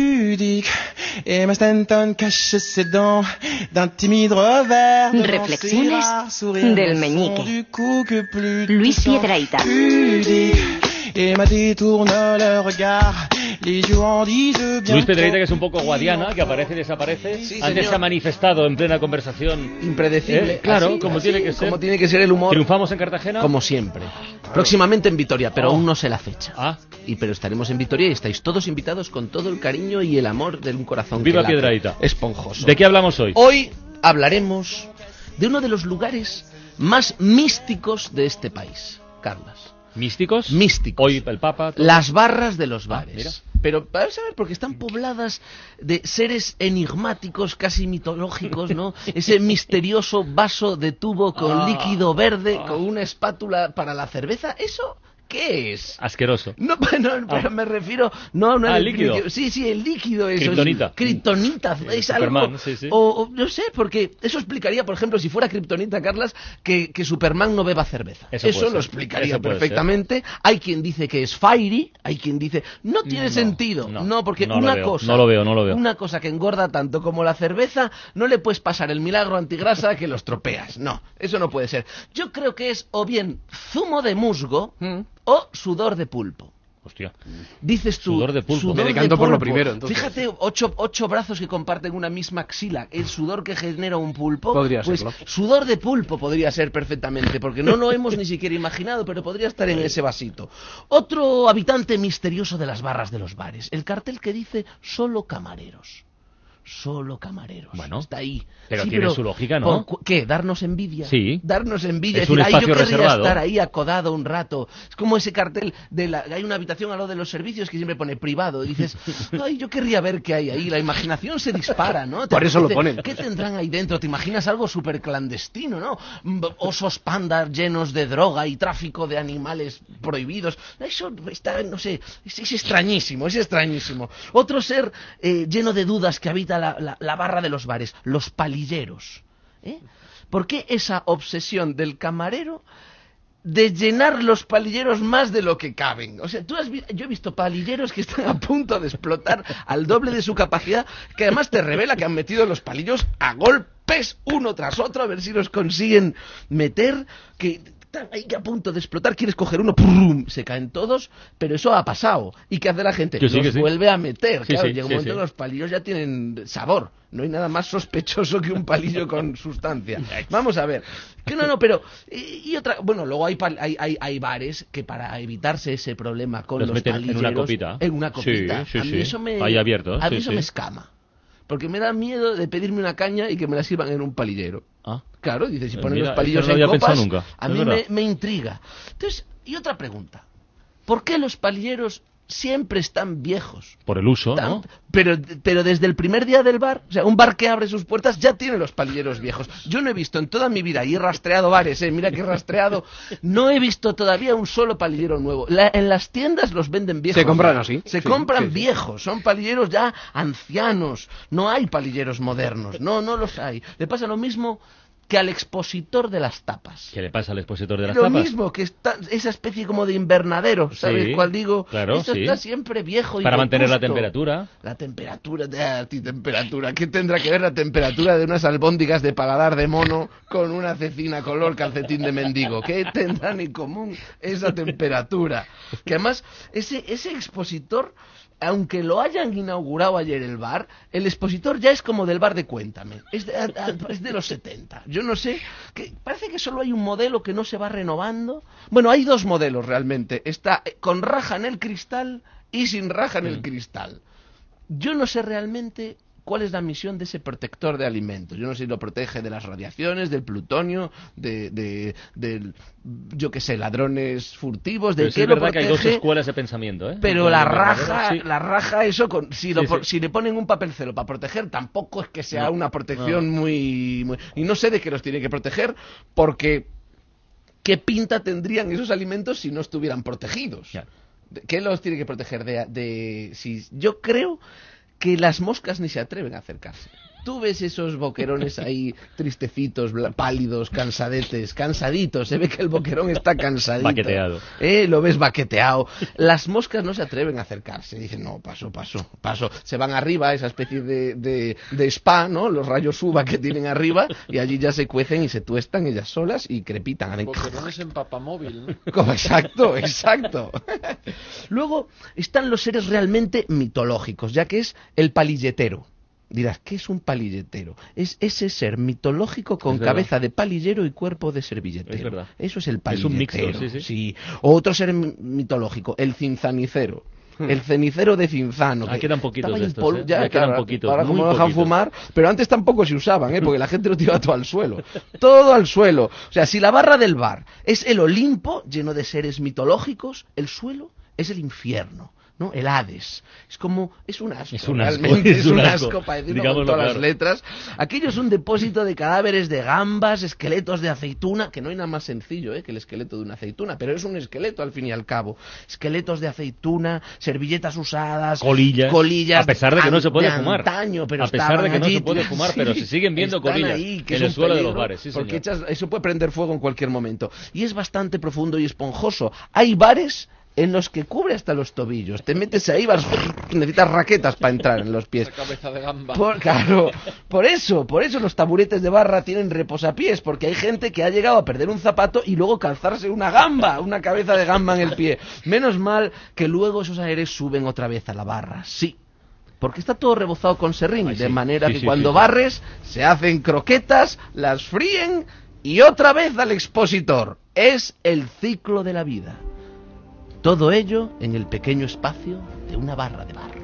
pudique. Emma Stanton cache ses dents d'un timide revers. devant ses Reflexiones rares sourires, del le son meñique. Du coup que plus Luis tout sent Piedrahita. pudique. Emma détourne le regard. Les yeux en disent bien. Luis Pedreita, que es un poco guadiana, que aparece y desaparece. Antes se ha manifestado en plena conversación. Impredecible. Eh, claro, Así, como así, tiene que ser. Como tiene que ser el humor. Triunfamos en Cartagena. Como siempre. Próximamente en Vitoria, pero Oh. aún no sé la fecha. Ah, Y pero estaremos en Vitoria y estáis todos invitados con todo el cariño y el amor de un corazón Viva que late, Piedrahita. esponjoso. ¿de qué hablamos hoy? Hoy hablaremos de uno de los lugares más místicos de este país, Carlas. ¿Místicos? Místicos. Hoy el Papa. todo. Las barras de los Ah, mira. bares. Pero para saber, porque están pobladas de seres enigmáticos, casi mitológicos, ¿no? Ese misterioso vaso de tubo con Ah. líquido verde, con una espátula para la cerveza, ¿eso qué es? Asqueroso. No, no, pero Ah. me refiero. No, no Ah, el líquido. Sí, sí, el líquido eso es. Kriptonita. Kriptonita, El es Superman, algo. sí, sí. O, o no sé, porque eso explicaría, por ejemplo, si fuera Kriptonita, Carlas, que, que Superman no beba cerveza. Eso Eso, puede ser. lo explicaría Eso puede perfectamente. Hay quien dice que es fiery, hay quien dice. No tiene No, sentido. no, No, porque no lo una veo, cosa. no lo veo, no lo veo. Una cosa que engorda tanto como la cerveza, no le puedes pasar el milagro antigrasa que los tropeas. No, eso no puede ser. Yo creo que es o bien zumo de musgo Mm. o sudor de pulpo. Hostia. Dices tú. Sudor de pulpo. sudor Me de decanto por lo pulpo. primero, entonces. Fíjate, ocho, ocho brazos que comparten una misma axila. El sudor que genera un pulpo. Podría pues, serlo. Sudor de pulpo podría ser perfectamente, porque no lo hemos ni siquiera imaginado, pero podría estar en ese vasito. Otro habitante misterioso de las barras de los bares. El cartel que dice solo camareros. Solo camareros. Bueno, está ahí. pero tiene su lógica, ¿no? por cu- ¿Qué? ¿Darnos envidia? Sí. Darnos envidia. Es un "Ay, espacio yo querría reservado". estar ahí acodado un rato. Es como ese cartel de la... Hay una habitación al lado de los servicios que siempre pone privado. Y dices, ay, yo querría ver qué hay ahí. La imaginación se dispara, ¿no? Te Por eso lo apetece- ponen. ¿Qué tendrán ahí dentro? ¿Te imaginas algo súper clandestino, no? Mm, Osos pandas llenos de droga y tráfico de animales prohibidos. Eso está, no sé, es, es extrañísimo, es extrañísimo. Otro ser eh, lleno de dudas que habita la, la- la barra de los bares, los palilleros. ¿eh? ¿Por qué esa obsesión del camarero de llenar los palilleros más de lo que caben. O sea, tú has vi- yo he visto palilleros que están a punto de explotar al doble de su capacidad, que además te revela que han metido los palillos a golpes uno tras otro a ver si los consiguen meter, que están ahí a punto de explotar, quieres coger uno, ¡prum! se caen todos, pero eso ha pasado. ¿Y qué hace la gente? Que sí, los que sí. vuelve a meter. Sí, claro, sí, llega un sí, momento sí. que los palillos ya tienen sabor. No hay nada más sospechoso que un palillo con sustancia. Vamos a ver. Que no, no, pero. Y, y otra. Bueno, luego hay, pal- hay, hay, hay bares que para evitarse ese problema con Los los, meten en una palilleros, copita. En una copita. Sí, sí, a mí sí. eso me. Ahí abiertos, A mí sí, eso sí. me escama. Porque me da miedo de pedirme una caña y que me la sirvan en un palillero. Ah. Claro, dice, si Pues ponen mira, los palillos esto no lo en había copas, pensado nunca. a Es mí verdad. me, me intriga. Entonces, y otra pregunta. ¿Por qué los palilleros siempre están viejos? Por el uso, Tan- ¿no? pero, pero desde el primer día del bar, o sea, un bar que abre sus puertas ya tiene los palilleros viejos. Yo no he visto en toda mi vida, y he rastreado bares, eh, mira que he rastreado, no he visto todavía un solo palillero nuevo. La- en las tiendas los venden viejos. Se compran ya. así, Se sí, compran sí, sí. viejos, son palilleros ya ancianos. No hay palilleros modernos, no, no los hay. Le pasa lo mismo que al expositor de las tapas ¿Qué le pasa al expositor de las lo tapas? mismo que está esa especie como de invernadero, ¿sabes Sí, cuál digo? claro, Eso sí. está siempre viejo y Para mantener la vetusto. temperatura. La temperatura, ah, ti temperatura, ¿qué tendrá que ver la temperatura de unas albóndigas de paladar de mono con una cecina color calcetín de mendigo? ¿Qué tendrán en común esa temperatura? Que además ese ese expositor aunque lo hayan inaugurado ayer el bar, el expositor ya es como del bar de Cuéntame. Es de, a- a- es de los 70. Yo no sé. que- parece que solo hay un modelo que no se va renovando. Bueno, hay dos modelos realmente. Está eh, con raja en el cristal y sin raja en el cristal. Yo no sé realmente cuál es la misión de ese protector de alimentos. Yo no sé si lo protege de las radiaciones, del plutonio, de, de, del, yo qué sé, ladrones furtivos, de Pero sí qué es lo verdad que hay dos protege. escuelas de pensamiento, ¿eh? Pero Con la el invernadero, raja, sí. la raja eso, con, si, lo Sí, por- sí. si le ponen un papel celo para proteger, tampoco es que sea No, una protección muy, muy... Y no sé de qué los tiene que proteger, porque ¿qué pinta tendrían esos alimentos si no estuvieran protegidos? Claro. ¿De ¿Qué los tiene que proteger? De, de- si, yo creo que las moscas ni se atreven a acercarse. Tú ves esos boquerones ahí, tristecitos, bla- pálidos, cansadetes, cansaditos. Se ve que el boquerón está cansadito. Baqueteado. Eh, lo ves baqueteado. Las moscas no se atreven a acercarse. Dicen, no, paso, paso, paso. Se van arriba a esa especie de, de, de spa, ¿no? Los rayos uva que tienen arriba. Y allí ya se cuecen y se tuestan ellas solas y crepitan. hacen Boquerones en papamóvil, ¿no? como- exacto, exacto. Luego están los seres realmente mitológicos, ya que es el palilletero. Dirás, ¿qué es un palilletero? Es ese ser mitológico con Es verdad. cabeza de palillero y cuerpo de servilletero. Es verdad. Eso es el Es un mixto, palilletero. sí, sí. O otro ser mi- mitológico, el cinzanicero. El cenicero de Cinzano. Hmm. Ah, que quedan poquitos estaba de en estos, pol- ¿eh? ya, Ya claro, quedan poquitos, Ahora muy como no dejan poquitos. fumar, pero antes tampoco se usaban, ¿eh? porque la gente lo tiraba todo al suelo. Todo al suelo. O sea, si la barra del bar es el Olimpo, lleno de seres mitológicos, el suelo es el infierno. ¿no? El Hades. Es como. Es un asco. Es un asco, realmente, es es un un asco. asco, para decirlo Digámoslo con todas las claro. letras. Aquello es un depósito de cadáveres de gambas, esqueletos de aceituna, que no hay nada más sencillo ¿eh? que el esqueleto de una aceituna, pero es un esqueleto al fin y al cabo. Esqueletos de aceituna, servilletas usadas, Colillas. colillas A pesar de que no se puede fumar. antaño, pero A pesar estaban de que no se allí. puede fumar, pero se siguen viendo están colillas ahí, en que es el un suelo de peligro, los bares, sí, porque señor. echas- eso puede prender fuego en cualquier momento. Y es bastante profundo y esponjoso. Hay bares en los que cubre hasta los tobillos. Te metes ahí, vas, necesitas raquetas para entrar en los pies. Esa cabeza de gamba. Por, claro, por eso, por eso los taburetes de barra tienen reposapiés, porque hay gente que ha llegado a perder un zapato y luego calzarse una gamba, una cabeza de gamba en el pie. Menos mal que luego esos aires suben otra vez a la barra, sí. Porque está todo rebozado con serrín, Ay, sí. de manera Sí, que sí, cuando sí, sí. barres se hacen croquetas, las fríen y otra vez al expositor. Es el ciclo de la vida. Todo ello en el pequeño espacio de una barra de bar.